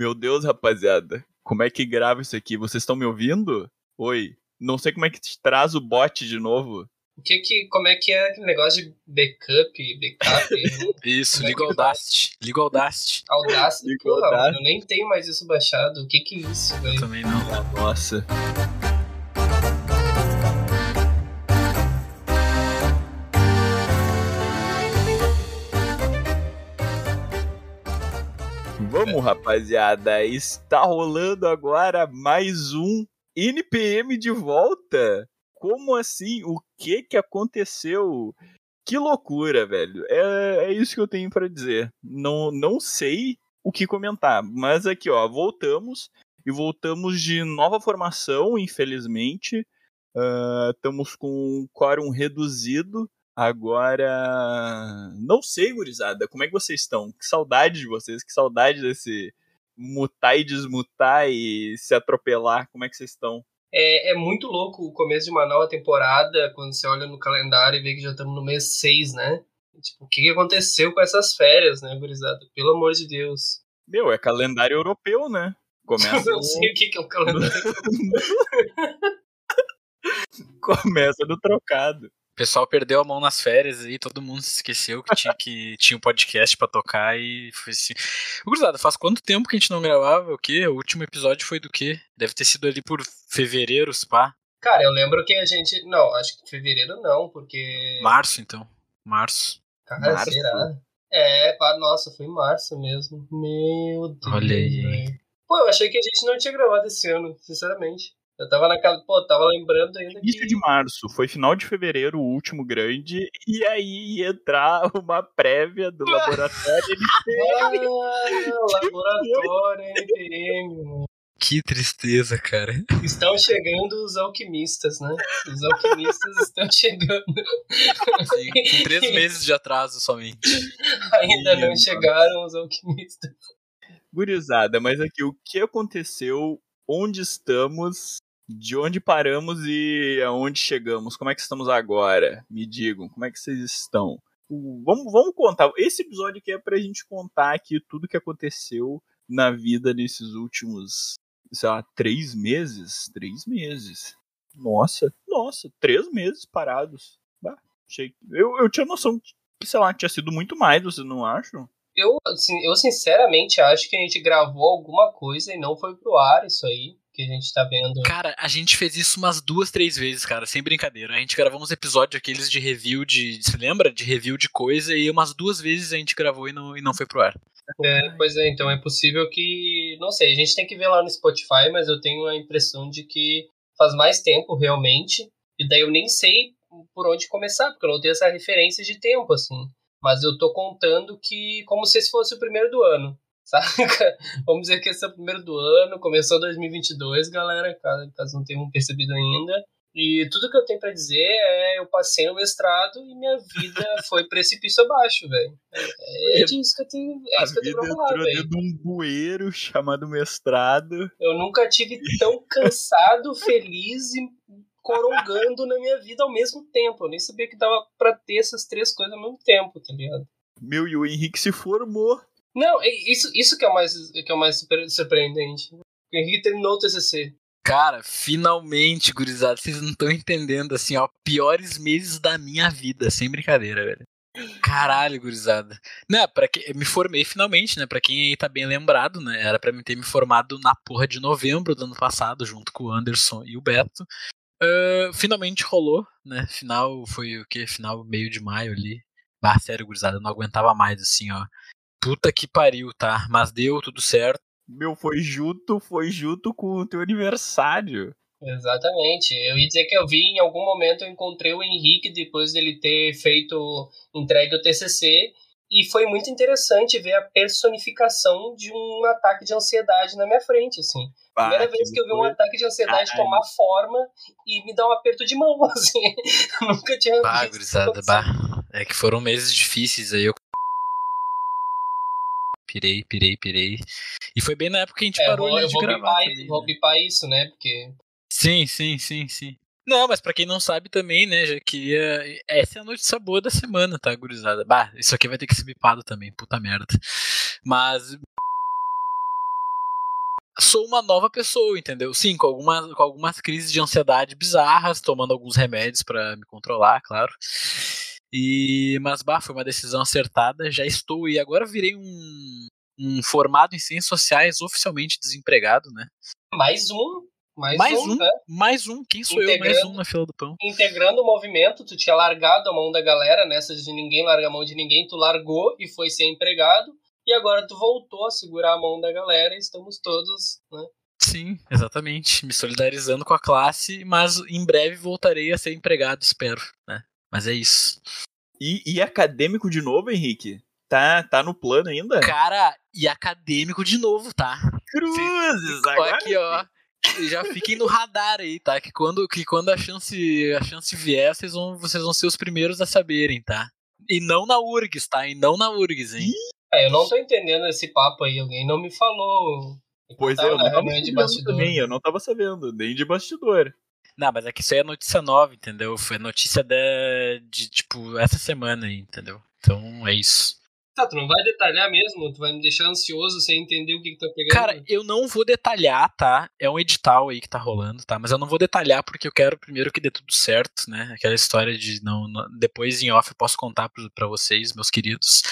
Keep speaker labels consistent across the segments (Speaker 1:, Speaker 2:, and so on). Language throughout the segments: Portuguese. Speaker 1: Meu Deus, rapaziada. Como é que grava isso aqui? Vocês estão me ouvindo? Oi. Não sei como é que te traz o bot de novo.
Speaker 2: O que que, como é que é aquele negócio de backup, backup?
Speaker 3: Isso,
Speaker 2: Como é
Speaker 3: liga o
Speaker 2: que
Speaker 3: Audacity. Liga o Audacity.
Speaker 2: Audacity,
Speaker 1: Ligou
Speaker 2: porra,
Speaker 1: Audacity.
Speaker 2: eu nem tenho mais isso baixado. O que que é isso,
Speaker 3: Eu
Speaker 2: velho?
Speaker 3: também não.
Speaker 1: Nossa. Vamos, rapaziada. Está rolando agora mais um NPM de volta. Como assim? O que que aconteceu? Que loucura, velho. É, é isso que eu tenho pra dizer. Não, não sei o que comentar, mas aqui, ó, voltamos e voltamos de nova formação, infelizmente. Ah, estamos com um quórum reduzido. Agora, não sei, gurizada, como é que vocês estão? Que saudade de vocês, que saudade desse mutar e desmutar e se atropelar. Como é que vocês estão?
Speaker 2: É, é muito louco o começo de uma nova temporada, quando você olha no calendário e vê que já estamos no mês 6, né? Tipo, o que que aconteceu com essas férias, né, gurizada? Pelo amor de Deus.
Speaker 1: Meu, é calendário europeu, né? Começa, um
Speaker 2: Eu não sei o que que é o calendário.
Speaker 1: começa do trocado.
Speaker 3: O pessoal perdeu a mão nas férias aí, todo mundo se esqueceu que tinha, que tinha um podcast pra tocar e foi assim. Ô, Gurizada, faz quanto tempo que a gente não gravava? O quê? O último episódio foi do quê? Deve ter sido ali por fevereiro, pá.
Speaker 2: Cara, eu lembro que a gente... Não, acho que em fevereiro não, porque...
Speaker 3: Março, então. Março.
Speaker 2: Cara,
Speaker 1: Março?
Speaker 2: será? É, pá, nossa, foi em março mesmo. Meu Deus.
Speaker 3: Olha aí, hein?
Speaker 2: velho. Pô, eu achei que a gente não tinha gravado esse ano, sinceramente. Eu tava naquela. Pô, tava lembrando ainda
Speaker 1: Início
Speaker 2: que.
Speaker 1: de março, foi final de fevereiro, o último grande, e aí ia entrar uma prévia do laboratório
Speaker 2: Ah, laboratório NPM.
Speaker 3: Que tristeza, cara.
Speaker 2: Estão chegando os alquimistas, né? Os alquimistas estão chegando.
Speaker 3: Sim, com três meses de atraso somente.
Speaker 2: Ainda não
Speaker 1: Ih,
Speaker 2: chegaram os alquimistas.
Speaker 1: Gurizada, mas aqui, o que aconteceu? Onde estamos? De onde paramos e aonde chegamos? Como é que estamos agora? Me digam, como é que vocês estão? O- Vamos, vamos contar. Esse episódio aqui é pra gente contar aqui tudo que aconteceu na vida nesses últimos, sei lá, três meses? Três meses. Nossa, nossa, três meses parados. Bah, achei- eu, eu tinha noção que, sei lá, tinha sido muito mais, vocês não acham?
Speaker 2: Eu, assim, eu sinceramente acho que a gente gravou alguma coisa e não foi pro ar isso aí que a gente tá vendo.
Speaker 3: Cara, a gente fez isso umas duas, três vezes, cara, sem brincadeira. A gente gravou uns episódios aqueles de review de. Se lembra? De review de coisa, e umas duas vezes a gente gravou e não, e não foi pro ar.
Speaker 2: É, pois é, então é possível que. Não sei, a gente tem que ver lá no Spotify, mas eu tenho a impressão de que faz mais tempo realmente. E daí eu nem sei por onde começar, porque eu não tenho essa referência de tempo, assim. Mas eu tô contando que. como se esse fosse o primeiro do ano. Saca? Vamos dizer que esse é o primeiro do ano, começou 2022, galera, caso caso não tenham percebido ainda. E tudo que eu tenho pra dizer é eu passei no mestrado e minha vida foi precipício abaixo, velho. É, é disso que eu tenho, é
Speaker 1: A
Speaker 2: isso que eu
Speaker 1: vida
Speaker 2: tenho pra falar,
Speaker 1: entrou
Speaker 2: velho.
Speaker 1: dentro de um bueiro chamado mestrado.
Speaker 2: Eu nunca tive tão cansado, feliz e corongando na minha vida ao mesmo tempo. Eu nem sabia que dava pra ter essas três coisas ao mesmo tempo, tá ligado?
Speaker 1: Meu e o Henrique se formou.
Speaker 2: Não, é isso, isso que é o mais, que é o mais super- surpreendente. O Henrique terminou o TCC.
Speaker 3: Cara, finalmente, gurizada, vocês não estão entendendo, assim, ó, piores meses da minha vida, sem brincadeira, velho. Caralho, gurizada. Né, para que me formei finalmente, né? Pra quem aí tá bem lembrado, né? Era pra mim ter me formado na porra de novembro do ano passado, junto com o Anderson e o Beto. Ah, finalmente rolou, né? Final foi o quê? Final meio de maio ali. Bah, sério, gurizada, eu não aguentava mais, assim, ó. Puta que pariu, tá? Mas deu tudo certo.
Speaker 1: Meu, foi junto, foi junto com o teu aniversário.
Speaker 2: Exatamente. Eu ia dizer que eu vi em algum momento eu encontrei o Henrique depois dele ter feito entregue o TCC e foi muito interessante ver a personificação de um ataque de ansiedade na minha frente, assim. Primeira vez que eu vi um
Speaker 1: foi-
Speaker 2: ataque de ansiedade
Speaker 1: Caralho.
Speaker 2: tomar forma e me dar um aperto de mão, assim. Nunca tinha
Speaker 3: Bah,
Speaker 2: visto isso
Speaker 3: gurizada,
Speaker 2: acontecer.
Speaker 3: bah. É que foram meses difíceis aí. Eu... Pirei, pirei, pirei. E foi bem na época que a gente
Speaker 2: É,
Speaker 3: parou
Speaker 2: vou,
Speaker 3: ali
Speaker 2: eu
Speaker 3: de
Speaker 2: vou
Speaker 3: gravar.
Speaker 2: bipar,
Speaker 3: também,
Speaker 2: vou
Speaker 3: né?
Speaker 2: bipar isso, né? Porque.
Speaker 3: Sim, sim, sim, sim. Não, mas pra quem não sabe também, né, já queria. Essa é a noite boa da semana, tá, gurizada? Bah, isso aqui vai ter que ser bipado também, puta merda. Mas. sou uma nova pessoa, entendeu? Sim, com, alguma, com algumas crises de ansiedade bizarras, tomando alguns remédios para me controlar, claro. E, mas, bah, foi uma decisão acertada, já estou. E agora virei um, um formado em ciências sociais, oficialmente desempregado, né?
Speaker 2: Mais um. Mais,
Speaker 3: Mais
Speaker 2: um,
Speaker 3: um,
Speaker 2: né?
Speaker 3: mais um, quem sou eu? Mais
Speaker 2: Integrando.
Speaker 3: um na fila do pão.
Speaker 2: Integrando o movimento, tu tinha largado a mão da galera nessa de ninguém larga a mão de ninguém, tu largou e foi ser empregado, e agora tu voltou a segurar a mão da galera e estamos todos, né?
Speaker 3: Sim, exatamente. Me solidarizando com a classe, mas em breve voltarei a ser empregado, espero. Né? Mas é isso.
Speaker 1: E, e acadêmico de novo, Henrique? Tá, tá no plano ainda?
Speaker 3: Cara, e acadêmico de novo, tá?
Speaker 1: Cruzes,
Speaker 2: é
Speaker 3: Ó, aqui, ó. Já fiquem no radar aí, tá? Que quando, que quando a, chance, a chance vier, vocês vão, vocês vão ser os primeiros a saberem, tá? E não na URGS, tá? E não na URGS, hein?
Speaker 2: É, eu não tô entendendo esse papo aí, alguém não me falou.
Speaker 1: Pois é,
Speaker 2: Tava
Speaker 1: eu
Speaker 2: na
Speaker 1: não tava
Speaker 2: reunião de
Speaker 1: sabendo
Speaker 2: bastidor.
Speaker 1: também, eu não tava sabendo, nem de bastidor.
Speaker 3: Não, mas é que isso aí é notícia nova, entendeu? Foi notícia da, de, tipo, essa semana aí, entendeu? Então é isso.
Speaker 2: Tá, tu não vai detalhar mesmo? Tu vai me deixar ansioso sem entender o que, que tá pegando?
Speaker 3: Cara, eu não vou detalhar, tá? É um edital aí que tá rolando, tá? Mas eu não vou detalhar porque eu quero primeiro que dê tudo certo, né? Aquela história de não, não- depois em off eu posso contar pro- pra vocês, meus queridos.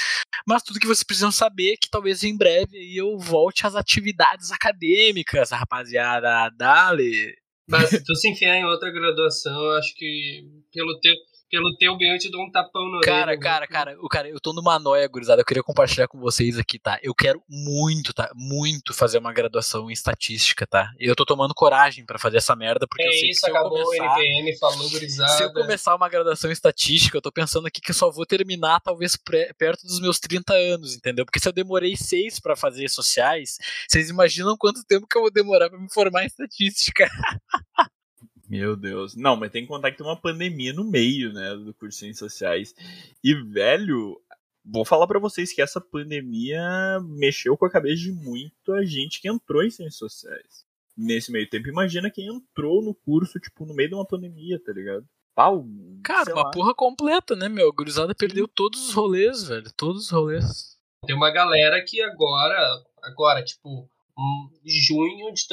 Speaker 3: Mas tudo que vocês precisam saber é que talvez em breve aí eu volte às atividades acadêmicas, rapaziada. Dale.
Speaker 2: Mas se tu se enfiar em outra graduação, eu acho que pelo teu, pelo teu bem eu te dou um tapão no
Speaker 3: Cara, cara, cara, o cara, eu tô numa noia, gurizada. Eu queria compartilhar com vocês aqui, tá? Eu quero muito, tá? Muito fazer uma graduação em estatística, tá? E eu tô tomando coragem pra fazer essa merda porque eu
Speaker 2: É
Speaker 3: sei
Speaker 2: isso,
Speaker 3: que se eu
Speaker 2: acabou o
Speaker 3: começar,
Speaker 2: NPM, falou gurizada.
Speaker 3: Se eu começar uma graduação em estatística, eu tô pensando aqui que eu só vou terminar talvez pré- perto dos meus 30 anos, entendeu? Porque se eu demorei seis pra fazer sociais, vocês imaginam quanto tempo que eu vou demorar pra me formar em estatística?
Speaker 1: Meu Deus. Não, mas tem que contar que tem uma pandemia no meio, né, do curso de Ciências Sociais. E, velho, vou falar pra vocês que essa pandemia mexeu com a cabeça de muita gente que entrou em Ciências Sociais. Nesse meio tempo, imagina quem entrou no curso, tipo, no meio de uma pandemia, tá ligado? Pau,
Speaker 3: Cara,
Speaker 1: sei
Speaker 3: uma
Speaker 1: lá.
Speaker 3: porra completa, né, meu? A gurizada perdeu todos os rolês, velho. Todos os rolês.
Speaker 2: Tem uma galera que agora, agora, tipo, em junho de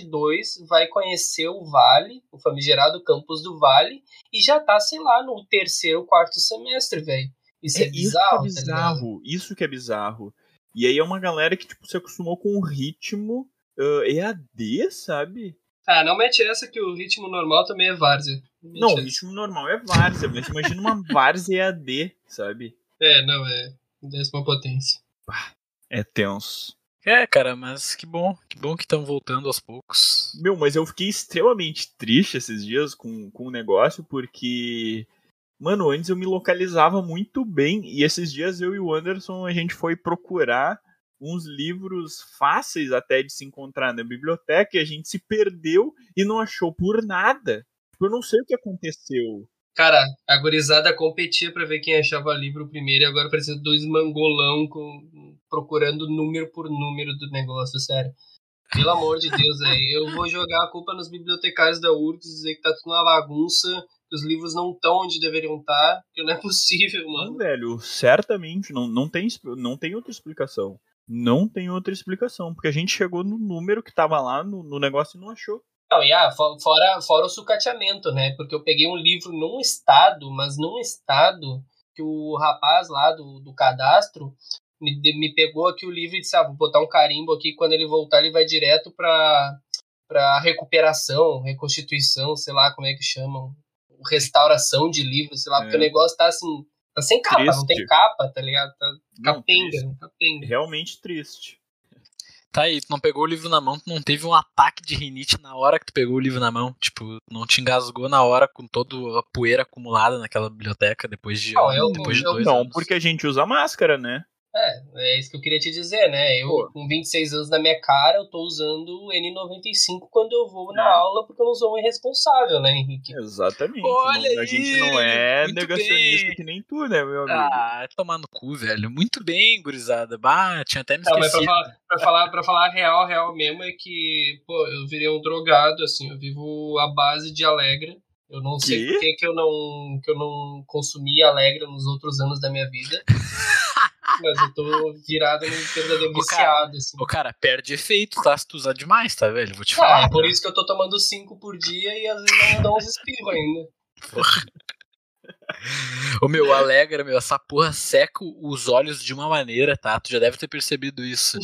Speaker 2: 2022, vai conhecer o Vale, o famigerado campus do Vale, e já tá, sei lá, no terceiro, quarto semestre, velho. Isso é,
Speaker 1: É, isso que é
Speaker 2: bizarro, tá ligado?
Speaker 1: bizarro. isso que é bizarro. E aí é uma galera que, tipo, se acostumou com o ritmo ah, EAD, sabe?
Speaker 2: Ah, não mete essa que o ritmo normal também é várzea. Mete
Speaker 1: Não, o
Speaker 2: essa.
Speaker 1: ritmo normal é várzea, mas imagina uma várzea EAD, sabe?
Speaker 2: É, não, é décima potência.
Speaker 1: É tenso.
Speaker 3: É, cara, mas que bom. Que bom que estão voltando aos poucos.
Speaker 1: Meu, mas eu fiquei extremamente triste esses dias com, com o negócio, porque. Mano, antes eu me localizava muito bem, e esses dias eu e o Anderson a gente foi procurar uns livros fáceis até de se encontrar na biblioteca, e a gente se perdeu e não achou por nada. Tipo, Eu não sei o que aconteceu.
Speaker 2: Cara, a gurizada competia pra ver quem achava livro primeiro e agora precisa de dois mangolão com- procurando número por número do negócio, sério. Pelo amor de Deus, aí eu vou jogar a culpa nos bibliotecários da URGS, dizer que tá tudo uma bagunça, que os livros não estão onde deveriam estar, que não é possível,
Speaker 1: Não,
Speaker 2: mano.
Speaker 1: velho, certamente não, não, tem, expl- não tem outra explicação. Não tem outra explicação, porque a gente chegou no número que tava lá no, no negócio e não achou.
Speaker 2: Não, e ah, fo- fora, fora o sucateamento, né? Porque eu peguei um livro num estado, mas num estado que o rapaz lá do, do cadastro me, de- me pegou aqui o livro e disse: ah, vou botar um carimbo aqui. Quando ele voltar, ele vai direto pra, pra recuperação, reconstituição, sei lá como é que chamam. Restauração de livro, sei lá, porque
Speaker 1: É.
Speaker 2: o negócio tá assim. Tá sem capa, não tem
Speaker 1: Triste.
Speaker 2: capa, tá ligado? Tá
Speaker 1: Não, triste.
Speaker 2: capenga, capenga.
Speaker 1: Realmente triste.
Speaker 3: Tá aí, tu não pegou o livro na mão, tu não teve um ataque de rinite na hora que tu pegou o livro na mão. Tipo, não te engasgou na hora com toda a poeira acumulada naquela biblioteca depois de, um,
Speaker 2: Não, eu-
Speaker 3: depois de
Speaker 2: eu-
Speaker 3: dois
Speaker 1: não,
Speaker 3: anos.
Speaker 1: porque a gente usa máscara, né?
Speaker 2: É, é isso que eu queria te dizer, né? Eu,
Speaker 1: Pô.
Speaker 2: com 26 anos na minha cara, eu tô usando o N95 quando eu vou na
Speaker 1: É.
Speaker 2: aula, porque eu não sou um irresponsável, né, Henrique?
Speaker 1: Exatamente.
Speaker 3: Olha
Speaker 1: não- a
Speaker 3: aí,
Speaker 1: gente não é
Speaker 3: muito
Speaker 1: negacionista
Speaker 3: bem.
Speaker 1: que nem tu, né, meu amigo?
Speaker 3: Ah, vai tomar no cu, velho. Muito bem, gurizada. Bah, tinha até me
Speaker 2: Tá, mas pra
Speaker 3: esquecido.
Speaker 2: falar, pra, falar, pra falar real, real mesmo, é que, pô, eu virei um drogado, assim, eu vivo à base de Alegra. Eu não sei
Speaker 1: Quê?
Speaker 2: por que que eu não, que eu não consumi Alegra nos outros anos da minha vida. Mas eu tô virado num verdadeiro
Speaker 3: Ô, cara,
Speaker 2: viciado, assim.
Speaker 3: Ô, cara, perde efeito, tá? Se tu usar demais, tá, velho? Vou te
Speaker 2: Ah,
Speaker 3: falar.
Speaker 2: é por isso que eu tô tomando cinco por dia e às vezes eu dou uns espirros ainda.
Speaker 3: Ô, meu, alegra, meu, essa porra seca os olhos de uma maneira, tá? Tu já deve ter percebido isso.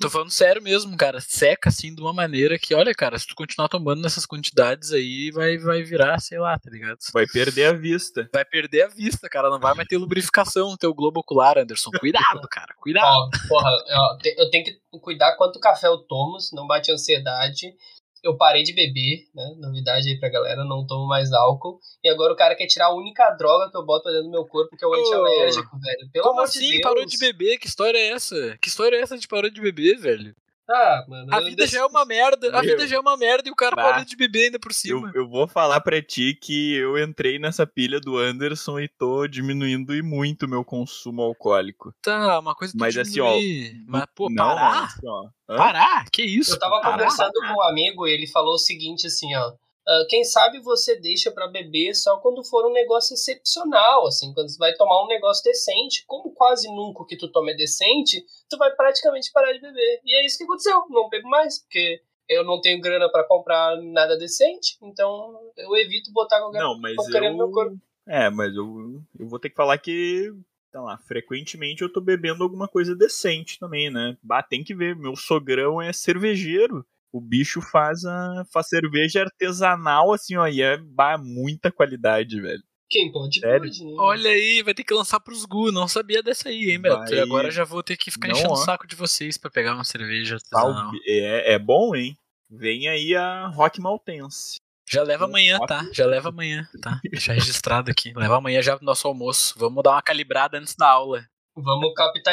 Speaker 3: Tô falando sério mesmo, cara. Seca, assim, de uma maneira que, olha, cara, se tu continuar tomando nessas quantidades aí, vai, vai virar, sei lá, tá ligado?
Speaker 1: Vai perder a vista.
Speaker 3: Vai perder a vista, cara. Não vai mais ter lubrificação no teu globo ocular, Anderson. Cuidado, cara. Cuidado.
Speaker 2: Ó, porra, ó, te- eu tenho que cuidar quanto café eu tomo, se não bate ansiedade. Eu parei de beber, né? Novidade aí pra galera, não tomo mais álcool. E agora o cara quer tirar a única droga que eu boto pra dentro do meu corpo, que é o
Speaker 3: Ô,
Speaker 2: antialérgico, velho. Pelo
Speaker 3: Como
Speaker 2: amor
Speaker 3: assim?
Speaker 2: de Deus.
Speaker 3: Parou de beber? Que história é essa? Que história é essa de parou de beber, velho?
Speaker 2: Ah, mano.
Speaker 3: A
Speaker 2: eu
Speaker 3: vida
Speaker 2: dec-
Speaker 3: já é uma merda. A
Speaker 1: Meu.
Speaker 3: vida já é uma merda e o cara
Speaker 1: Bah.
Speaker 3: parou de beber ainda por
Speaker 1: Eu,
Speaker 3: cima.
Speaker 1: eu vou falar pra ti que eu entrei nessa pilha do Anderson e tô diminuindo e muito meu consumo alcoólico.
Speaker 3: Tá, uma coisa que
Speaker 1: Mas assim, ó,
Speaker 3: diminuir. Mas, pô,
Speaker 1: não,
Speaker 3: parar?
Speaker 1: assim, ó. Hã?
Speaker 3: Parar? Que isso?
Speaker 2: Eu tava
Speaker 1: Tá
Speaker 3: Parar?
Speaker 2: conversando com um amigo e ele falou o seguinte, assim, ó. "Ah, quem sabe você deixa pra beber só quando for um negócio excepcional, assim, quando você vai tomar um negócio decente. Como quase nunca o que tu toma é decente, tu vai praticamente parar de beber. E é isso que aconteceu, não bebo mais, porque eu não tenho grana pra comprar nada decente, então eu evito botar qualquer
Speaker 1: Não, mas
Speaker 2: porcaria no meu corpo.
Speaker 1: eu... É, mas eu, eu vou ter que falar que, sei lá, frequentemente eu tô bebendo alguma coisa decente também, né? Bah, tem que ver, meu sogrão é cervejeiro. O bicho faz a faz cerveja artesanal, assim, ó, e é bah, muita qualidade, velho.
Speaker 2: Quem pode,
Speaker 1: Sério?
Speaker 2: pode, né?
Speaker 3: Olha aí, vai ter que lançar pros Gu. Não sabia dessa aí, hein, Beto? E
Speaker 1: Vai.
Speaker 3: agora já vou ter que ficar
Speaker 1: Não,
Speaker 3: enchendo
Speaker 1: ó.
Speaker 3: o saco de vocês pra pegar uma cerveja tá? artesanal.
Speaker 1: Salve. É, é bom, hein? Vem aí a Rock Maltense.
Speaker 3: Já leva amanhã, tá? Já leva amanhã, tá? Deixar registrado aqui. Leva amanhã já pro nosso almoço. Vamos dar uma calibrada antes da aula.
Speaker 2: Vamos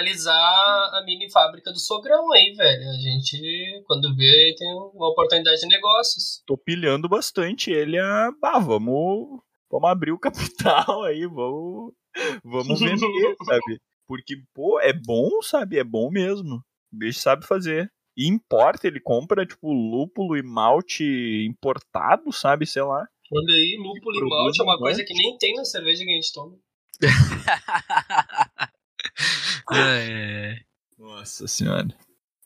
Speaker 2: capitalizar a mini fábrica do sogrão aí, velho. A gente, quando vê, tem uma oportunidade de negócios.
Speaker 1: Tô pilhando bastante ele a. Bah, vamos, vamos abrir o capital aí, vamos, vamos vender, sabe? Porque, pô, é bom, sabe? É bom mesmo. O bicho sabe fazer. E importa, ele compra, tipo, lúpulo e malte importado, sabe? Sei lá.
Speaker 2: Olha aí, lúpulo e
Speaker 1: Produz
Speaker 2: malte é uma
Speaker 1: um
Speaker 2: coisa
Speaker 1: monte.
Speaker 2: que nem tem na cerveja que a gente toma.
Speaker 3: É,
Speaker 1: Nossa senhora.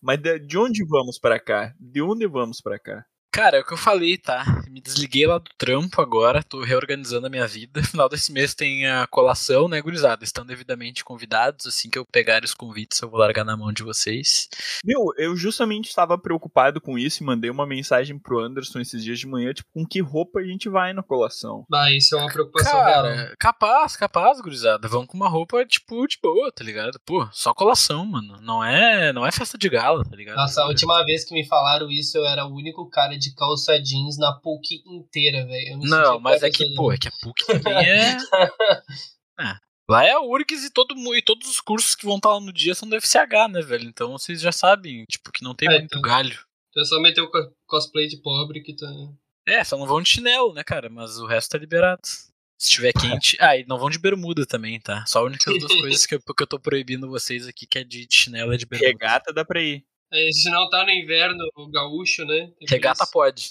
Speaker 1: Mas de, de onde vamos pra cá? De onde vamos pra cá?
Speaker 3: Cara, é o que eu falei, tá? Me desliguei lá do trampo agora, tô reorganizando a minha vida. Final desse mês tem a colação, né, gurizada? Estão devidamente convidados. Assim que eu pegar os convites, eu vou largar na mão de vocês.
Speaker 1: Meu, eu justamente estava preocupado com isso e mandei uma mensagem pro Anderson esses dias de manhã, tipo, com que roupa a gente vai na colação?
Speaker 2: Bah, isso é uma preocupação real.
Speaker 3: Cara, capaz, capaz, gurizada. Vão com uma roupa, tipo, de boa, tá ligado? Pô, só colação, mano. Não é, não é festa de gala, tá ligado?
Speaker 2: Nossa, a última vez que me falaram isso, eu era o único cara de calça jeans na PUC inteira, velho. Eu assim, me
Speaker 3: Não,
Speaker 2: senti
Speaker 3: mas é
Speaker 2: parecendo-
Speaker 3: que, pô, é que a PUC também é. É. Lá é a URGS e, todo, mu- e todos os cursos que vão estar lá no dia são do FCH, né, velho? Então vocês já sabem, tipo, que não tem
Speaker 2: É,
Speaker 3: muito
Speaker 2: então.
Speaker 3: galho.
Speaker 2: Tu é só meter o co- cosplay de pobre que tá.
Speaker 3: É, só não vão de chinelo, né, cara? Mas o resto tá liberado. Se tiver quente. Ah, e não vão de bermuda também, tá? Só a única duas coisas que eu, que eu tô proibindo vocês aqui que é de de chinelo é de bermuda.
Speaker 1: Regata dá pra ir.
Speaker 2: A gente não tá no inverno o gaúcho, né? Tem por
Speaker 3: Regata
Speaker 2: isso.
Speaker 3: pode.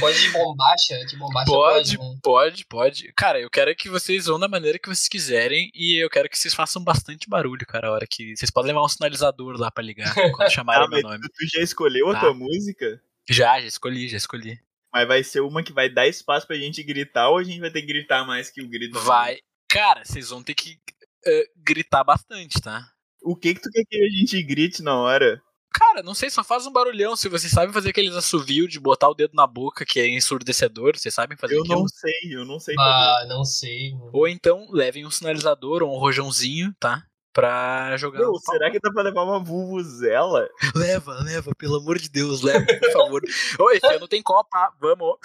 Speaker 2: Pode de bombacha? De bombacha
Speaker 3: Pode,
Speaker 2: pode, né?
Speaker 3: pode, pode. Cara, eu quero que vocês vão da maneira que vocês quiserem e eu quero que vocês façam bastante barulho, cara, a hora que. Vocês podem levar um sinalizador lá pra ligar quando chamarem
Speaker 1: Ah, mas
Speaker 3: meu nome.
Speaker 1: tu, tu já escolheu a
Speaker 3: Tá.
Speaker 1: tua música?
Speaker 3: Já, já escolhi, já escolhi.
Speaker 1: Mas vai ser uma que vai dar espaço pra gente gritar ou a gente vai ter que gritar mais que o grito?
Speaker 3: Vai. Cara, vocês vão ter que eh, gritar bastante, tá?
Speaker 1: O que que tu quer que a gente grite na hora?
Speaker 3: Cara, não sei, só faz um barulhão. Se vocês sabem fazer aqueles assovio de botar o dedo na boca, que é ensurdecedor, vocês sabem fazer
Speaker 1: eu
Speaker 3: aquilo?
Speaker 1: não sei, eu não sei fazer.
Speaker 2: Ah, não sei, mano.
Speaker 3: Ou então, levem um sinalizador ou um rojãozinho, tá? Pra jogar.
Speaker 1: Meu,
Speaker 3: no palco.
Speaker 1: será que dá pra levar uma vuvuzela?
Speaker 3: Leva, leva, pelo amor de Deus, leva, por favor. Oi, esse ano tem Copa, ah, vamos.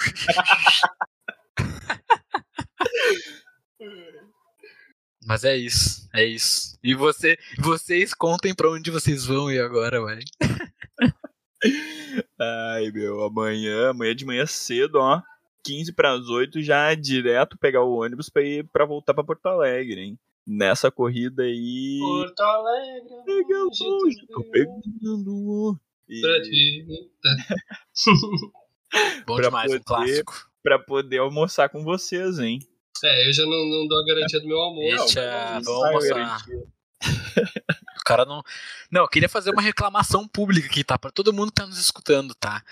Speaker 3: Mas é isso, é isso. E você, vocês contem pra onde vocês vão e agora, vai.
Speaker 1: Ai, meu, amanhã, amanhã de manhã cedo, ó. 15 para as 8 já direto pegar o ônibus pra ir para voltar pra Porto Alegre, hein? Nessa corrida aí.
Speaker 2: Porto Alegre.
Speaker 1: Pega
Speaker 2: longe de
Speaker 1: longe, tô
Speaker 2: Deus.
Speaker 1: pegando.
Speaker 2: Pra
Speaker 1: E
Speaker 2: ti.
Speaker 3: Bom
Speaker 1: Pra
Speaker 3: demais, um
Speaker 1: poder-
Speaker 3: clássico.
Speaker 1: pra poder almoçar com vocês, hein?
Speaker 2: É, eu já não, não dou a garantia do meu almoço.
Speaker 3: Deixa,
Speaker 2: Ah,
Speaker 1: Não,
Speaker 3: vamos
Speaker 1: sai
Speaker 3: almoçar.
Speaker 1: garantia.
Speaker 3: O cara não. Não, eu queria fazer uma reclamação pública aqui, tá? Pra todo mundo que tá nos escutando, tá?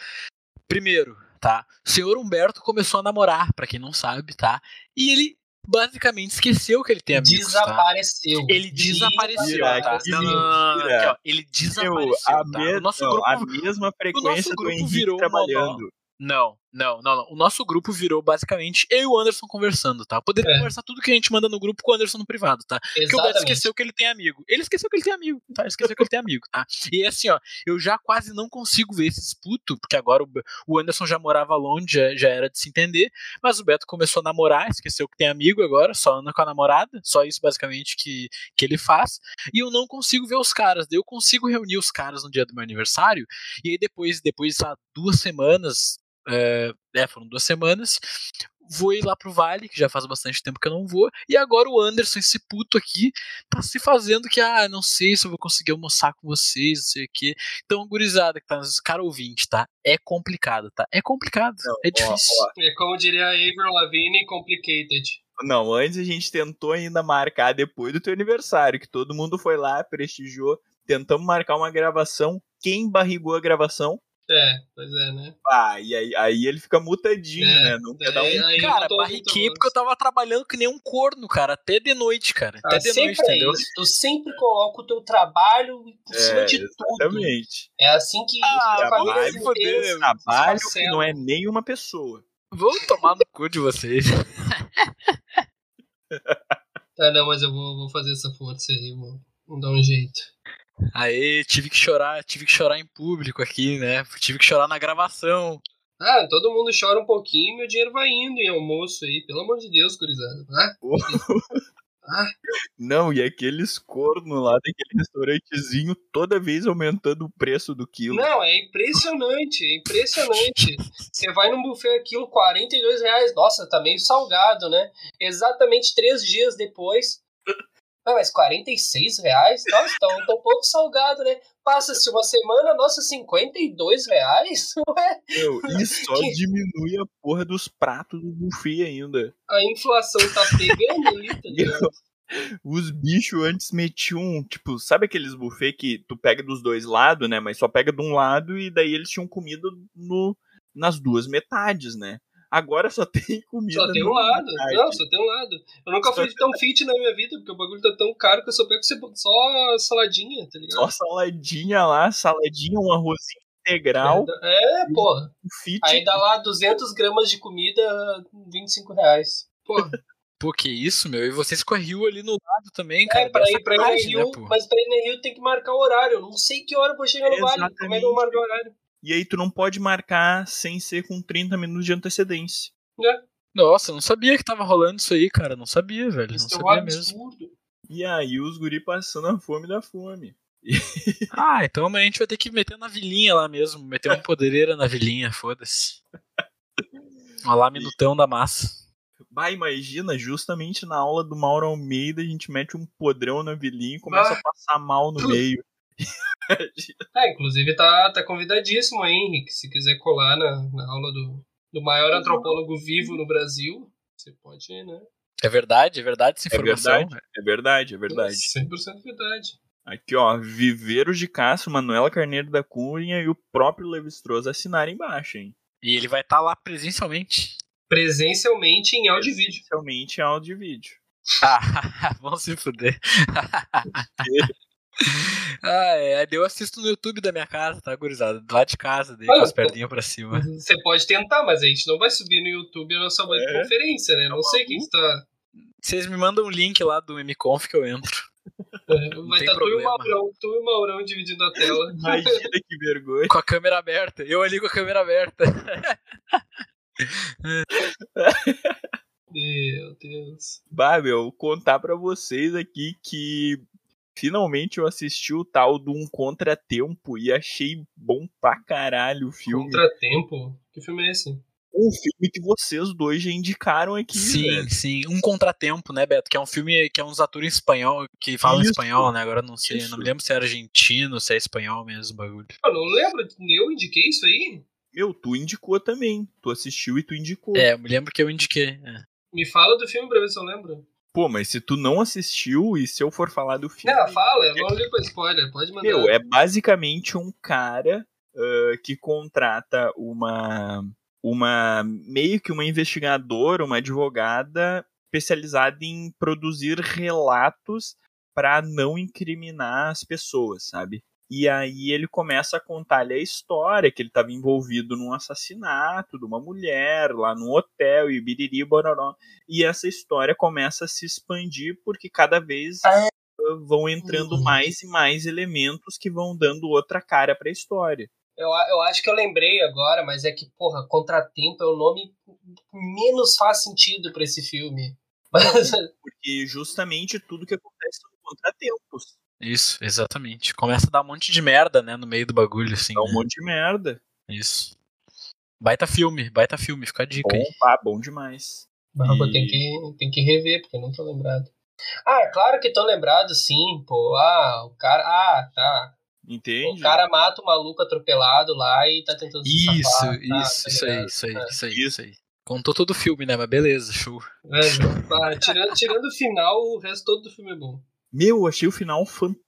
Speaker 3: Primeiro, tá? O senhor Humberto começou a namorar, pra quem não sabe, tá? E ele basicamente esqueceu que ele tem amigos, tá?
Speaker 2: Desapareceu.
Speaker 3: Ele desapareceu,
Speaker 1: Mentira,
Speaker 3: tá?
Speaker 1: que
Speaker 3: Não, não, não, não, não,
Speaker 1: mentira.
Speaker 3: aqui, ó. Ele desapareceu,
Speaker 1: Meu, a,
Speaker 3: tá?
Speaker 1: me-
Speaker 3: O nosso
Speaker 1: não,
Speaker 3: grupo...
Speaker 1: a mesma frequência do
Speaker 3: grupo
Speaker 1: Henrique
Speaker 3: virou uma
Speaker 1: trabalhando.
Speaker 3: Não, não, não, não. O nosso grupo virou basicamente eu e o Anderson conversando, tá? Eu poderia
Speaker 2: É.
Speaker 3: conversar tudo que a gente manda no grupo com o Anderson no privado, tá? Porque o Beto
Speaker 2: Exatamente.
Speaker 3: esqueceu que ele tem amigo. Ele esqueceu que ele tem amigo, tá? Ele esqueceu que ele tem amigo, tá? E assim, ó, eu já quase não consigo ver esses putos, porque agora o, Be- o Anderson já morava longe, já, já era de se entender, mas o Beto começou a namorar, esqueceu que tem amigo agora, só anda com a namorada, só isso basicamente que, que ele faz, e eu não consigo ver os caras, daí eu consigo reunir os caras no dia do meu aniversário, e aí depois, depois, há duas semanas, é, é, foram duas semanas, vou ir lá pro Vale, que já faz bastante tempo que eu não vou, e agora o Anderson, esse puto aqui, tá se fazendo que, ah, não sei se eu vou conseguir almoçar com vocês, não sei o quê. Então, gurizada que tá nos cara ouvinte, tá? É complicado, tá? É complicado,
Speaker 1: Não,
Speaker 3: é
Speaker 1: ó,
Speaker 3: difícil.
Speaker 1: ó,
Speaker 2: É como diria a Avril Lavigne, complicated.
Speaker 1: Não, antes a gente tentou ainda marcar depois do teu aniversário, que todo mundo foi lá, prestigiou, tentamos marcar uma gravação. Quem barrigou a gravação?
Speaker 2: É, pois é, né?
Speaker 1: Ah, e aí, aí ele fica mutadinho,
Speaker 2: É,
Speaker 1: né? Não quer dar
Speaker 2: daí-
Speaker 1: um.
Speaker 2: aí eu
Speaker 3: Cara,
Speaker 2: tô-
Speaker 3: barriquei
Speaker 2: tô-
Speaker 3: porque eu tava trabalhando que nem um corno, cara, até de noite, cara.
Speaker 2: Ah,
Speaker 3: até de noite,
Speaker 2: sempre é
Speaker 3: entendeu?
Speaker 2: isso. Tu sempre coloca o teu trabalho por cima
Speaker 1: É,
Speaker 2: de tudo.
Speaker 1: exatamente.
Speaker 2: É assim que
Speaker 3: Ah,
Speaker 2: que a família
Speaker 1: vai
Speaker 2: se
Speaker 3: foder,
Speaker 2: pensa.
Speaker 3: meu.
Speaker 1: né? Trabalho que
Speaker 2: Marcelo.
Speaker 1: não é nenhuma pessoa.
Speaker 3: Vou tomar no cu de vocês.
Speaker 2: Tá, não, mas eu vou, vou fazer essa força aí, vou, vou dar um jeito.
Speaker 3: Aê, tive que chorar, tive que chorar em público aqui, né? Tive que chorar na gravação.
Speaker 2: Ah, todo mundo chora um pouquinho e meu dinheiro vai indo em almoço aí. Pelo amor de Deus, gurizada. Ah, ah,
Speaker 1: Não, e aqueles corno lá daquele restaurantezinho, toda vez aumentando o preço do quilo.
Speaker 2: não, é impressionante, é impressionante. Você vai num buffet um aquilo, 42 reais. Nossa, tá meio salgado, né? Exatamente três dias depois. Ah, mas 46 reais? Nossa, tá um, tá um pouco salgado, né? Passa-se uma semana, nossa, 52 reais? Ué,
Speaker 1: Meu, e só
Speaker 2: Que-
Speaker 1: diminui a porra dos pratos do buffet ainda.
Speaker 2: a inflação tá pegando ali, tá ligado?
Speaker 1: Os bichos antes metiam, tipo, sabe aqueles buffet que tu pega dos dois lados, né? Mas só pega de um lado e daí eles tinham comida no, nas duas metades, né? Agora só tem comida.
Speaker 2: Só tem um
Speaker 1: numa
Speaker 2: lado.
Speaker 3: né?
Speaker 1: metade.
Speaker 2: Não, só tem um lado. Eu nunca fui tão fit na minha vida, porque o bagulho tá tão caro que eu só pego cebo- só saladinha, tá ligado?
Speaker 1: Só saladinha lá, saladinha, um arrozinho integral,
Speaker 3: Hum.
Speaker 2: É, porra.
Speaker 1: um fit.
Speaker 2: Aí dá lá 200 gramas de comida, 25 reais. Pô,
Speaker 3: Pô, que isso, meu? E vocês com a Rio ali no lado também, cara.
Speaker 2: é, pra
Speaker 3: Dá
Speaker 2: ir pra
Speaker 3: sacanagem,
Speaker 2: NRU,
Speaker 3: né, pô?
Speaker 2: mas pra NRU tem que marcar o horário. Eu não sei que hora eu vou chegar no vale. Como é que eu
Speaker 1: Exatamente.
Speaker 2: marco o horário?
Speaker 1: E aí tu não pode marcar sem ser com 30 minutos de antecedência.
Speaker 3: Nossa, eu não sabia que tava rolando isso aí, cara. Não sabia, velho. Não
Speaker 2: Isso é um
Speaker 3: sabia mesmo.
Speaker 2: absurdo.
Speaker 1: E aí os guri passando a fome da fome.
Speaker 3: Ah, então amanhã a gente vai ter que meter na vilinha lá mesmo. Meter uma podereira na vilinha, foda-se. Olha lá, minutão da massa.
Speaker 1: Bah, imagina, justamente na aula do Mauro Almeida, a gente mete um podrão na vilinha e começa
Speaker 2: Bah.
Speaker 1: a passar mal no
Speaker 2: Puta.
Speaker 1: meio.
Speaker 2: É, inclusive tá, tá convidadíssimo aí, Henrique. Se quiser colar na, na aula do, do maior
Speaker 3: Uhum.
Speaker 2: antropólogo vivo no Brasil, você pode, né?
Speaker 3: É verdade, é verdade essa
Speaker 1: É
Speaker 3: informação.
Speaker 1: verdade, é verdade, é verdade.
Speaker 2: 100% verdade.
Speaker 1: Aqui, ó, Viveiros de Castro, Manuela Carneiro da Cunha e o próprio Levi-Strauss assinaram embaixo, hein?
Speaker 3: E ele vai estar lá presencialmente.
Speaker 2: Presencialmente em áudio e vídeo.
Speaker 1: Realmente é áudio e vídeo.
Speaker 3: Ah, vão se fuder. ah, é, aí eu assisto no YouTube da minha casa, tá, gurizada? Lá de casa,
Speaker 1: Ah,
Speaker 3: daí com as perninhas pra cima.
Speaker 1: Uhum.
Speaker 2: Você pode tentar, mas a gente não vai subir no YouTube a nossa web
Speaker 1: É.
Speaker 2: conferência, né? Não
Speaker 1: Tá
Speaker 2: sei quem está.
Speaker 3: Vocês me mandam um link lá do MConf que eu entro.
Speaker 2: É, Vai
Speaker 3: tem
Speaker 2: estar tu e o
Speaker 3: problema.
Speaker 2: Maurão, tu e o Maurão dividindo a tela.
Speaker 1: Imagina que vergonha.
Speaker 3: Com a câmera aberta. Eu ali com a câmera aberta.
Speaker 2: Meu Deus.
Speaker 1: Bah, meu, contar pra vocês aqui que finalmente eu assisti o tal do Um Contratempo e achei bom pra caralho o filme.
Speaker 2: Contratempo? Que filme é esse?
Speaker 1: Um filme que vocês dois já indicaram aqui,
Speaker 3: sim,
Speaker 1: velho.
Speaker 3: sim. Um Contratempo, né, Beto? Que é um filme que é uns atores espanhol que falam
Speaker 1: Isso.
Speaker 3: espanhol, né? Agora eu não sei. eu Não
Speaker 1: Isso.
Speaker 3: me lembro se é argentino, se é espanhol mesmo o bagulho.
Speaker 2: Eu não lembro, eu indiquei isso aí?
Speaker 1: Meu, tu indicou também. Tu assistiu e tu indicou.
Speaker 3: É, eu me lembro que eu indiquei. é.
Speaker 2: Me fala do filme pra ver se eu lembro.
Speaker 1: Pô, mas se tu não assistiu e se eu for falar do filme.
Speaker 2: Não, fala, eu não ligo pra spoiler, pode mandar.
Speaker 1: Meu, é basicamente um cara ah, que contrata uma. Uma. meio que uma investigadora, uma advogada especializada em produzir relatos para não incriminar as pessoas, sabe? E aí ele começa a contar-lhe a história que ele estava envolvido num assassinato de uma mulher lá num hotel e biriri bororó. E essa história começa a se expandir porque cada vez
Speaker 3: Ah.
Speaker 1: uh, vão entrando
Speaker 2: Uhum.
Speaker 1: mais e mais elementos que vão dando outra cara para a história.
Speaker 2: Eu, a- eu acho que eu lembrei agora, mas é que, porra, Contratempo é o nome que menos faz sentido pra esse filme. Mas,
Speaker 1: Porque justamente tudo que acontece são contratempos.
Speaker 3: Isso, exatamente. Começa a dar um monte de merda, né, no meio do bagulho, assim.
Speaker 1: Dá um
Speaker 3: né?
Speaker 1: monte de merda.
Speaker 3: Isso. Baita filme, baita filme, fica a dica
Speaker 1: Bom,
Speaker 3: aí.
Speaker 1: pá, bom demais.
Speaker 2: mas eu
Speaker 1: E-
Speaker 2: tenho que, tenho que rever, porque eu não tô lembrado. Ah, claro que tô lembrado, sim, pô. Ah, o cara. Ah, tá.
Speaker 1: Entende?
Speaker 2: O cara mata o maluco atropelado lá e tá tentando se
Speaker 3: Isso,
Speaker 2: safar, tá,
Speaker 3: isso,
Speaker 2: tá
Speaker 3: isso aí,
Speaker 2: ligado?
Speaker 3: isso aí,
Speaker 2: É.
Speaker 3: isso aí, isso aí. Contou todo o filme, né? Mas beleza, show.
Speaker 2: Velho, pá, tirando, tirando o final, o resto todo do filme é bom.
Speaker 1: Meu, eu achei o final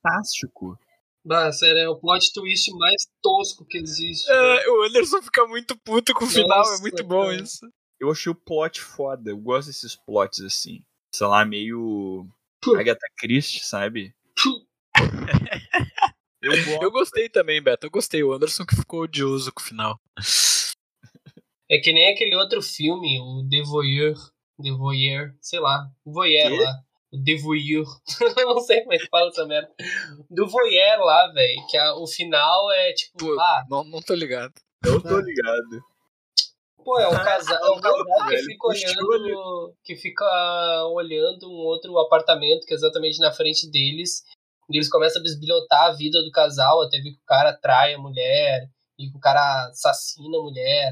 Speaker 1: fantástico.
Speaker 2: Bah, sério, é o plot twist mais tosco que
Speaker 3: É.
Speaker 2: existe.
Speaker 3: o Anderson fica muito puto com o
Speaker 2: final, é muito bom
Speaker 3: isso.
Speaker 1: Eu achei o plot foda. Eu gosto desses plots assim. Sei lá, meio.
Speaker 2: Puh.
Speaker 1: Agatha Christie, sabe?
Speaker 2: Puh.
Speaker 1: Eu gosto.
Speaker 3: Eu gostei também, Beto, eu gostei. O Anderson que ficou odioso com o final.
Speaker 2: É que nem aquele outro filme, o The Voyeur. The Voyeur, sei lá. O Voyeur
Speaker 1: Quê?
Speaker 2: lá. O The Voyeur. Eu não sei como é que fala essa merda. Do Voyeur lá, velho. Que a- o final é tipo.
Speaker 3: Pô.
Speaker 2: Ah,
Speaker 3: Não, não tô ligado.
Speaker 1: Eu tô ligado.
Speaker 2: pô, é um casal, é um
Speaker 1: Tá louco,
Speaker 2: casal que
Speaker 1: velho.
Speaker 2: fica
Speaker 1: Puxou
Speaker 2: olhando. Que fica olhando um outro apartamento que é exatamente na frente deles. E eles começam a bisbilhotar a vida do casal, até ver que o cara trai a mulher, e que o cara assassina a mulher.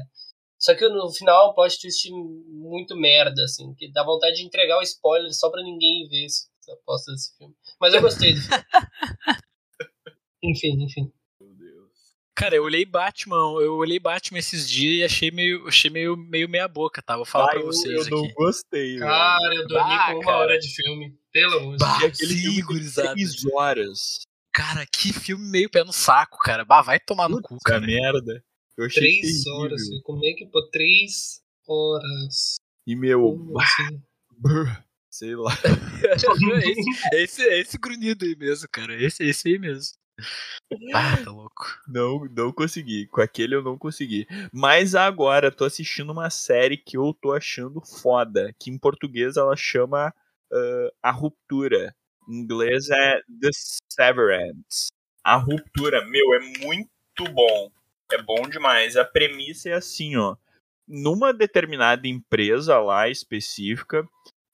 Speaker 2: Só que no final é um plot twist muito merda, assim, que dá vontade de entregar o spoiler só pra ninguém ver esse- essa aposta desse filme. Mas eu gostei do filme. enfim, enfim.
Speaker 1: Meu Deus.
Speaker 3: Cara, eu olhei Batman, eu olhei Batman esses dias e achei meio, achei meio, meio meia boca, tá? Vou falar
Speaker 1: Ah,
Speaker 3: pra
Speaker 1: eu,
Speaker 3: vocês
Speaker 1: eu
Speaker 3: aqui.
Speaker 1: não gostei, velho.
Speaker 2: Cara, eu dormi
Speaker 3: Bah,
Speaker 2: com uma
Speaker 3: cara.
Speaker 2: hora de filme. Pelo amor de
Speaker 3: Bah,
Speaker 1: E aquele
Speaker 3: sim,
Speaker 1: filme tem
Speaker 3: gurizada.
Speaker 1: três horas.
Speaker 3: Cara, que filme meio pé no saco, cara. Bah, vai tomar Tá no cu,
Speaker 1: Puta
Speaker 3: cara.
Speaker 1: merda. Eu achei
Speaker 2: Três
Speaker 1: terrível.
Speaker 2: horas, velho. como é que pô, três horas?
Speaker 1: E meu.
Speaker 2: Como assim?
Speaker 1: brr, Sei lá.
Speaker 3: é, esse, é esse, é esse grunhido aí mesmo, cara. É esse, é esse aí mesmo. Ah, tá louco.
Speaker 1: Não, não consegui. Com aquele eu não consegui. Mas agora tô assistindo uma série que eu tô achando foda, que em português ela chama ah, A Ruptura. Em inglês é The Severance. A Ruptura, meu, é muito bom. É bom demais. A premissa é assim, ó. Numa determinada empresa lá específica,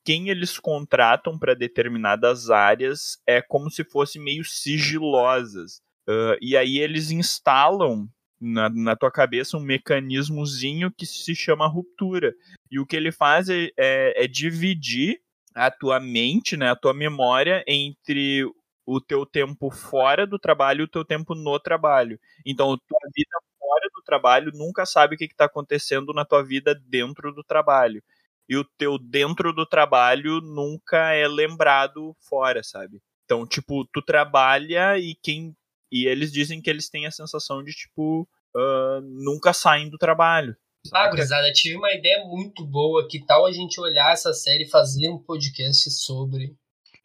Speaker 1: quem eles contratam para determinadas áreas é como se fosse meio sigilosas. Ah, e aí eles instalam na, na tua cabeça um mecanismozinho que se chama ruptura. E o que ele faz é, é- é dividir a tua mente, né, a tua memória entre o teu tempo fora do trabalho e o teu tempo no trabalho. Então, a tua vida fora do trabalho nunca sabe o que está acontecendo na tua vida dentro do trabalho. E o teu dentro do trabalho nunca é lembrado fora, sabe? Então, tipo, tu trabalha e quem e eles dizem que eles têm a sensação de, tipo, ah, nunca saem do trabalho.
Speaker 2: Ah,
Speaker 1: saca?
Speaker 2: gurizada, tive uma ideia muito boa. Que tal a gente olhar essa série e fazer um podcast sobre?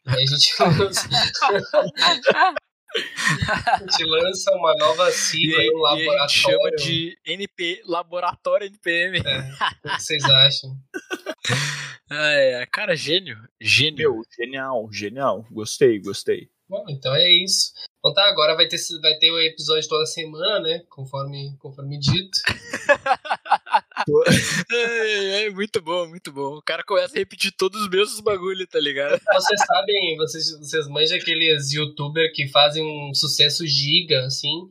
Speaker 2: E a gente lança, a gente lança uma nova
Speaker 3: E,
Speaker 2: sigla,
Speaker 3: aí-
Speaker 2: aí, um
Speaker 3: e a gente
Speaker 2: laboratório. É.
Speaker 3: chama de NP, Laboratório NPM.
Speaker 2: O que vocês acham?
Speaker 3: Ah, é, cara, gênio. Gênio.
Speaker 1: Meu, genial, genial. Gostei, gostei.
Speaker 2: Bom, então é isso. Então tá, agora vai ter, esse- vai ter o episódio toda semana, né? Conforme, conforme dito.
Speaker 3: É, é, muito bom, muito bom. O cara começa a repetir todos os mesmos bagulho, tá ligado?
Speaker 2: Vocês sabem, vocês, vocês manjam aqueles youtubers que fazem um sucesso giga, assim.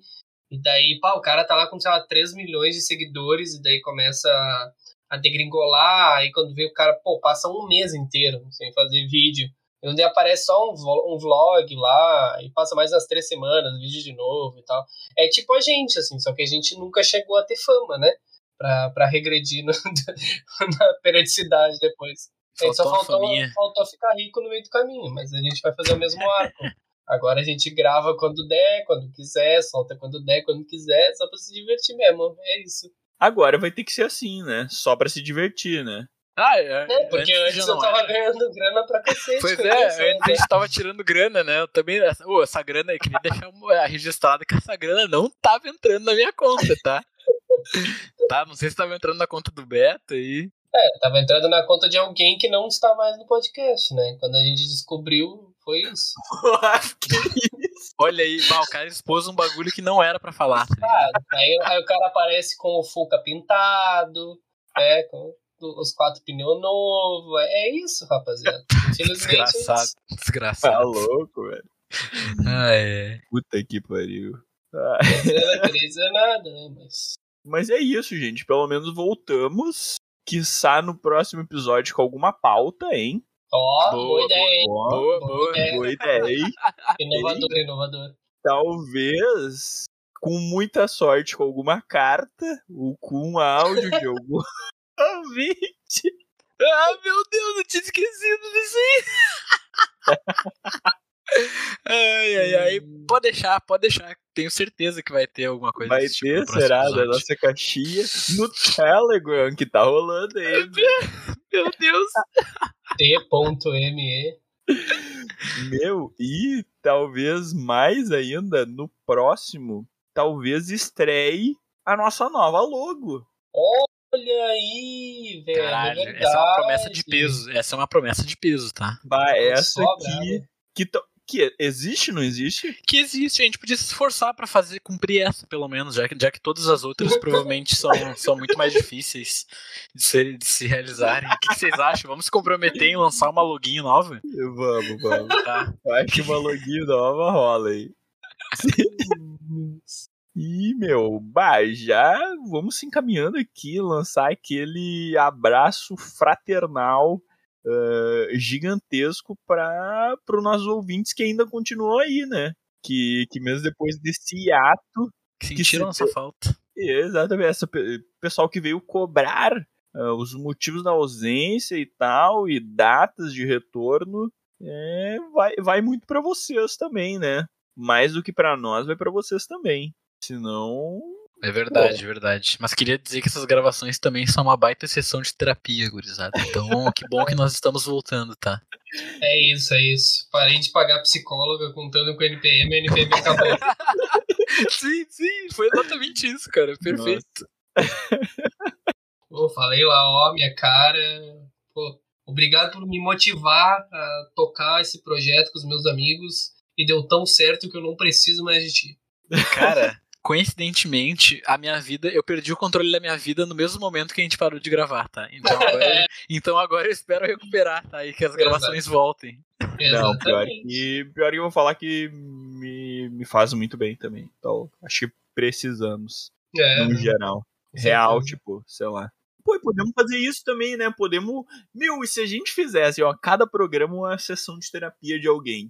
Speaker 2: E daí, pá, o cara tá lá com, sei lá, 3 milhões de seguidores, e daí começa a- a degringolar, aí quando vê o cara, pô, passa um mês inteiro sem fazer vídeo. E onde aparece só um, vo- um vlog lá, e passa mais umas três semanas, vídeo de novo e tal. É tipo a gente, assim, só que a gente nunca chegou a ter fama, né? Pra, pra regredir no- na periodicidade depois. É, só
Speaker 3: Faltou uma
Speaker 2: faltou,
Speaker 3: faminha.
Speaker 2: faltou ficar rico no meio do caminho, mas a gente vai fazer o mesmo arco. Agora a gente grava quando der, quando quiser, solta quando der, quando quiser, só pra se divertir mesmo. É isso.
Speaker 1: Agora vai ter que ser assim, né? Só pra se divertir, né?
Speaker 3: Ah, é.
Speaker 2: Não, porque antes,
Speaker 3: já
Speaker 2: eu
Speaker 3: não
Speaker 2: tava
Speaker 3: era.
Speaker 2: ganhando grana pra cacete.
Speaker 3: Pois
Speaker 2: com
Speaker 3: é,
Speaker 2: isso, né?
Speaker 3: antes a gente tava tirando grana, né? Eu também. Ô, essa grana aí, queria deixar uma- registrado que essa grana não tava entrando na minha conta, tá? tá, não sei se tava entrando na conta do Beto aí.
Speaker 2: É, tava entrando na conta de alguém que não está mais no podcast, né? Quando a gente descobriu, foi isso.
Speaker 3: Olha aí, bah, o cara expôs um bagulho que
Speaker 1: é
Speaker 3: não era pra falar. tá ligado?
Speaker 2: Ah, aí, aí o cara aparece com o Fuca pintado, né? Com os quatro pneus novos. É isso, rapaziada. Infelizmente. é isso.
Speaker 3: Desgraçado,
Speaker 1: Tá
Speaker 3: desgraçado.
Speaker 1: louco, velho.
Speaker 3: Ah, é.
Speaker 1: Puta que pariu. Ah.
Speaker 2: Grana, querer dizer nada, né? Mas.
Speaker 1: Mas é isso, gente. Pelo menos voltamos. Quiçá no próximo episódio com alguma pauta, hein?
Speaker 2: Ó, boa,
Speaker 3: Boa,
Speaker 2: ideia, hein?
Speaker 1: Ó,
Speaker 2: boa
Speaker 3: Boa, boa.
Speaker 2: ideia.
Speaker 1: boa ideia, hein?
Speaker 2: Inovador, inovador.
Speaker 1: Talvez, com muita sorte, com alguma carta ou com um áudio de algum ouvinte.
Speaker 3: Ah, meu Deus, eu tinha esquecido disso aí. ai, ai, ai. Pode deixar, pode deixar. Tenho certeza que vai ter alguma coisa
Speaker 1: Vai
Speaker 3: desse tipo no
Speaker 1: ter,
Speaker 3: próximo
Speaker 1: será, da
Speaker 3: episódio.
Speaker 1: nossa caixinha no Telegram que tá rolando aí.
Speaker 3: Meu Deus.
Speaker 2: T.me.
Speaker 1: Meu, e talvez mais ainda, no próximo, talvez estreie a nossa nova logo.
Speaker 2: Olha aí, velho.
Speaker 3: Caralho,
Speaker 2: é
Speaker 3: essa é uma promessa de
Speaker 2: verdade.
Speaker 3: peso. Essa é uma promessa de peso, tá?
Speaker 1: Bah, essa
Speaker 2: Só
Speaker 1: aqui. Que, to- que existe, não existe?
Speaker 3: Que existe, a gente podia se esforçar pra fazer cumprir essa, pelo menos, já que, já que todas as outras provavelmente são, são muito mais difíceis de, ser, de se realizarem. O que, que vocês acham? Vamos se comprometer em lançar uma login nova?
Speaker 1: Vamos, vamos.
Speaker 3: Tá.
Speaker 1: Eu Acho que uma login nova rola aí. E, meu, bah, já vamos se encaminhando aqui, lançar aquele abraço fraternal ah, gigantesco para os nossos ouvintes que ainda continuam aí, né? Que, que mesmo depois desse ato
Speaker 3: Que
Speaker 1: Que
Speaker 3: sentiram
Speaker 1: se-
Speaker 3: nossa falta.
Speaker 1: Exatamente. Essa pe- pessoal que veio cobrar ah, os motivos da ausência e tal, e datas de retorno, é, vai, vai muito pra vocês também, né? Mais do que pra nós, vai pra vocês também. Senão.
Speaker 3: É verdade, verdade. Mas queria dizer que essas gravações também são uma baita sessão de terapia, gurizada. Então, que bom que nós estamos voltando, tá?
Speaker 2: É isso, é isso. Parei de pagar psicóloga contando com o NPM, a NPM acabou.
Speaker 3: Sim, sim, foi exatamente isso, cara.
Speaker 1: Perfeito.
Speaker 2: Pô, falei lá, ó, minha cara. Pô, obrigado por me motivar a tocar esse projeto com os meus amigos. E deu tão certo que eu não preciso mais de ti.
Speaker 3: Cara, coincidentemente, a minha vida, eu perdi o controle da minha vida no mesmo momento que a gente parou de gravar, tá? Então agora, então agora eu espero recuperar, tá? E que as gravações voltem.
Speaker 1: Não, pior que, pior que eu vou falar que me, me faz muito bem também. Então, acho que precisamos,
Speaker 2: É,
Speaker 1: no
Speaker 2: né?
Speaker 1: geral.
Speaker 2: Com
Speaker 1: real,
Speaker 2: certeza.
Speaker 1: tipo, sei lá. Pô, e podemos fazer isso também, né? Podemos. Meu, e se a gente fizesse, ó, cada programa uma sessão de terapia de alguém?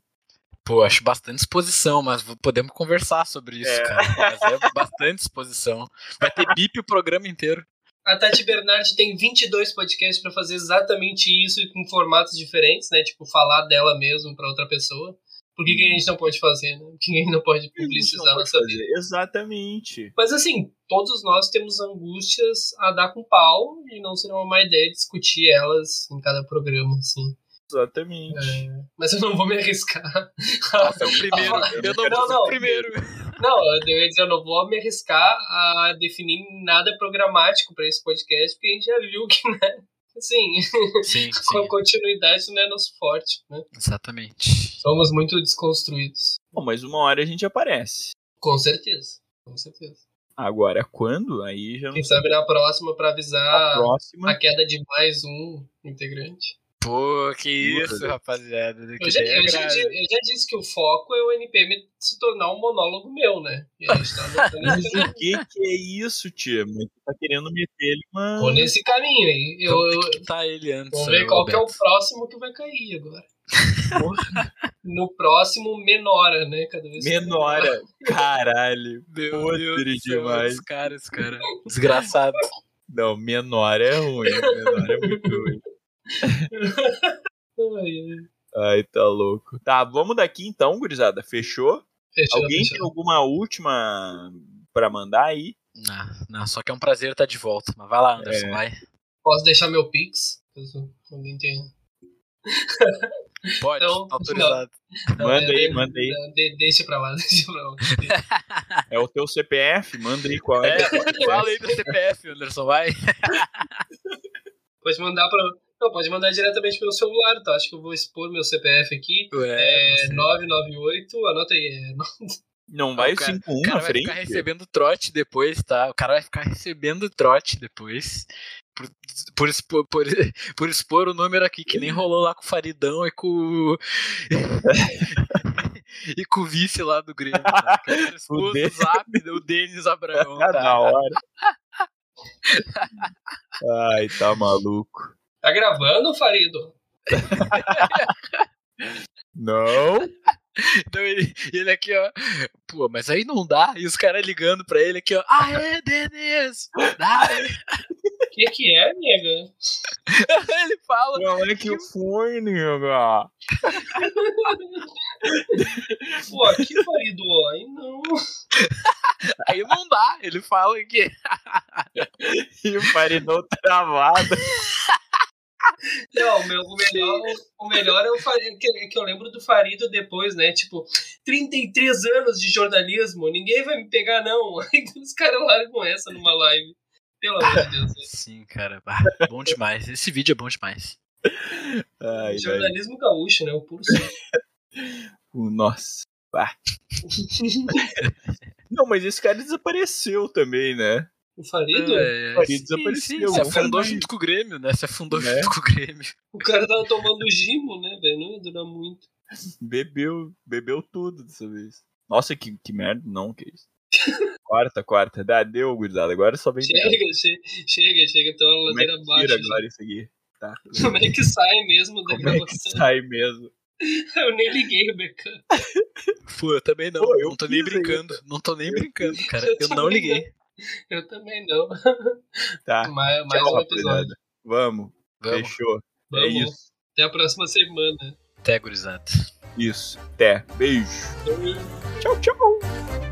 Speaker 3: Pô, acho bastante exposição, mas v- podemos conversar sobre isso,
Speaker 1: É.
Speaker 3: cara. Mas é bastante exposição. Vai ter bip o programa inteiro.
Speaker 2: A Tati Bernardi tem 22 podcasts pra fazer exatamente isso e com formatos diferentes, né? Tipo, falar dela mesmo pra outra pessoa. Por que, que a gente não pode fazer, né? Por que que a gente não pode
Speaker 1: Uhum. A gente não
Speaker 2: publicizar
Speaker 1: pode
Speaker 2: nossa vida?
Speaker 1: fazer. Exatamente.
Speaker 2: Mas assim, todos nós temos angústias a dar com pau e não seria uma má ideia discutir elas em cada programa, assim. É,
Speaker 1: Exatamente.
Speaker 2: Mas eu não vou me arriscar.
Speaker 3: Nossa, é o primeiro. Eu não,
Speaker 2: Não,
Speaker 3: vou ser
Speaker 2: não.
Speaker 3: o primeiro.
Speaker 2: não, eu ia dizer, eu não vou me arriscar a definir nada programático pra esse podcast, porque a gente já viu que, né? Assim,
Speaker 3: Sim,
Speaker 2: com
Speaker 3: sim.
Speaker 2: a continuidade isso não é nosso forte, né?
Speaker 3: Exatamente.
Speaker 2: Somos muito desconstruídos.
Speaker 1: Bom, mas uma hora a gente aparece.
Speaker 2: Com certeza. Com certeza.
Speaker 1: Agora, quando? Aí já não
Speaker 2: Quem sabe na próxima pra avisar
Speaker 1: a próxima.
Speaker 2: a queda de mais um integrante.
Speaker 3: Pô, que isso,
Speaker 1: Deus.
Speaker 3: rapaziada. Que
Speaker 2: Eu já,
Speaker 3: ideia
Speaker 2: eu já
Speaker 3: grave.
Speaker 2: di- eu já disse que o foco é o NPM se tornar um monólogo meu, né? E a gente tá
Speaker 1: Mas
Speaker 2: notando-
Speaker 1: o que, que é isso, tia? Mas tu tá querendo meter ele uma.
Speaker 2: Vou nesse caminho aí. Eu,
Speaker 3: Vamos
Speaker 2: eu,
Speaker 3: ter Então que quitar ele antes.
Speaker 2: vamos
Speaker 3: ô,
Speaker 2: ver qual que é o
Speaker 3: Beto.
Speaker 2: próximo que vai cair agora. No próximo, menora, né? Cada vez que-
Speaker 1: Menora. Caralho.
Speaker 3: Meu
Speaker 1: Podre
Speaker 3: Deus do céu,
Speaker 1: demais.
Speaker 3: Os caras, cara. Desgraçado.
Speaker 1: Não, menor é ruim. Menor é muito ruim. Ai, tá louco. Tá, vamos daqui então, gurizada. Fechou?
Speaker 2: Fechou,
Speaker 1: Alguém
Speaker 2: fechou.
Speaker 1: tem um alguma última pra mandar aí?
Speaker 3: Não, não, só que é um prazer estar de volta. Mas vai lá, Anderson,
Speaker 1: É.
Speaker 3: vai.
Speaker 2: Posso deixar meu Pix? Caso Alguém tenha.
Speaker 3: Pode,
Speaker 2: Então,
Speaker 3: tá autorizado. é
Speaker 1: Manda aí,
Speaker 2: de-
Speaker 1: manda
Speaker 3: né?
Speaker 1: aí.
Speaker 2: de- deixa pra lá, deixa pra lá.
Speaker 1: É o teu CPF? Manda aí qual é.
Speaker 3: É, fala aí do CPF, Anderson, vai.
Speaker 2: Pode mandar pra. Não, pode mandar diretamente pelo celular, tá? Acho que eu vou expor meu CPF aqui.
Speaker 3: Ué,
Speaker 2: É 998, anota aí. é
Speaker 1: Não vai
Speaker 3: O cara-
Speaker 1: 5-1
Speaker 3: O cara
Speaker 1: na
Speaker 3: vai ficar
Speaker 1: frente?
Speaker 3: recebendo trote depois, tá? O cara vai ficar recebendo trote depois. Por, por, expor, por, por expor o número aqui, que nem rolou lá com o Faridão e com. o- e com o vice lá do Grêmio. Tá? O cara expôs
Speaker 1: Den-
Speaker 3: o zap, o Denis Abraão.
Speaker 1: Tá da
Speaker 3: Tá?
Speaker 1: hora. Ai, tá maluco.
Speaker 2: Tá gravando, Farido?
Speaker 3: Tá
Speaker 1: Não.
Speaker 3: Então ele, ele aqui, ó. Pô, mas aí não dá. E os caras ligando pra ele aqui, ó. Ah, é, Denis! Dá!
Speaker 2: Que que é, nega?
Speaker 3: ele fala.
Speaker 1: Qual é que foi, Ah, nega?
Speaker 2: Pô, que Farido? Aí não.
Speaker 3: Aí não dá. Ele fala que.
Speaker 1: E o paredão travado.
Speaker 2: Não, meu, o melhor, o melhor é o Farido, que, que eu lembro do Farido depois, né? Tipo, 33 anos de jornalismo, ninguém vai me pegar, não. Aí os caras largam essa numa live. Pelo amor de Deus. né?
Speaker 3: Sim, cara. bah, bom demais. Esse vídeo é bom demais.
Speaker 1: Ai, velho.
Speaker 2: jornalismo gaúcho, né? O puro suco.
Speaker 1: Nossa. pá. Não, mas esse cara desapareceu também, né?
Speaker 2: O Farido?
Speaker 3: É,
Speaker 1: Ele
Speaker 3: sim,
Speaker 1: desapareceu,
Speaker 3: sim, se
Speaker 1: o cara
Speaker 3: afundou
Speaker 1: tá
Speaker 3: junto com o Grêmio, né? Se afundou
Speaker 1: Né?
Speaker 3: junto com o Grêmio.
Speaker 2: O cara tava tomando gimo, né, velho? Não ia durar muito.
Speaker 1: Bebeu, bebeu tudo dessa vez. Nossa, que, que merda. Não, que isso. Quarta, quarta. Dá, deu, gurizada. Agora só vem...
Speaker 2: Chega, chega, chega, chega. Tô na
Speaker 1: é. Como é
Speaker 2: ladeira
Speaker 1: que tira
Speaker 2: abaixo. gente.
Speaker 1: agora isso aqui? Tá.
Speaker 2: Como é que sai mesmo da
Speaker 1: Como é que
Speaker 2: gravação?
Speaker 1: sai mesmo?
Speaker 2: Eu nem liguei, Rebeca.
Speaker 3: Pô, eu também não.
Speaker 1: Pô, eu
Speaker 3: não tô nem
Speaker 1: quis aí.
Speaker 3: brincando. Não tô nem
Speaker 1: Eu
Speaker 3: brincando, cara.
Speaker 2: Eu
Speaker 3: Eu não
Speaker 2: também
Speaker 3: liguei.
Speaker 2: Eu também não.
Speaker 1: Tá.
Speaker 2: Mais, mais
Speaker 1: Tchau,
Speaker 2: um episódio.
Speaker 1: rapaziada. Vamos,
Speaker 3: Vamos.
Speaker 1: fechou. É
Speaker 2: Vamos.
Speaker 1: isso.
Speaker 2: Até a próxima semana.
Speaker 3: Até, gurizada.
Speaker 1: Isso. Até. Beijo. Tchau, tchau.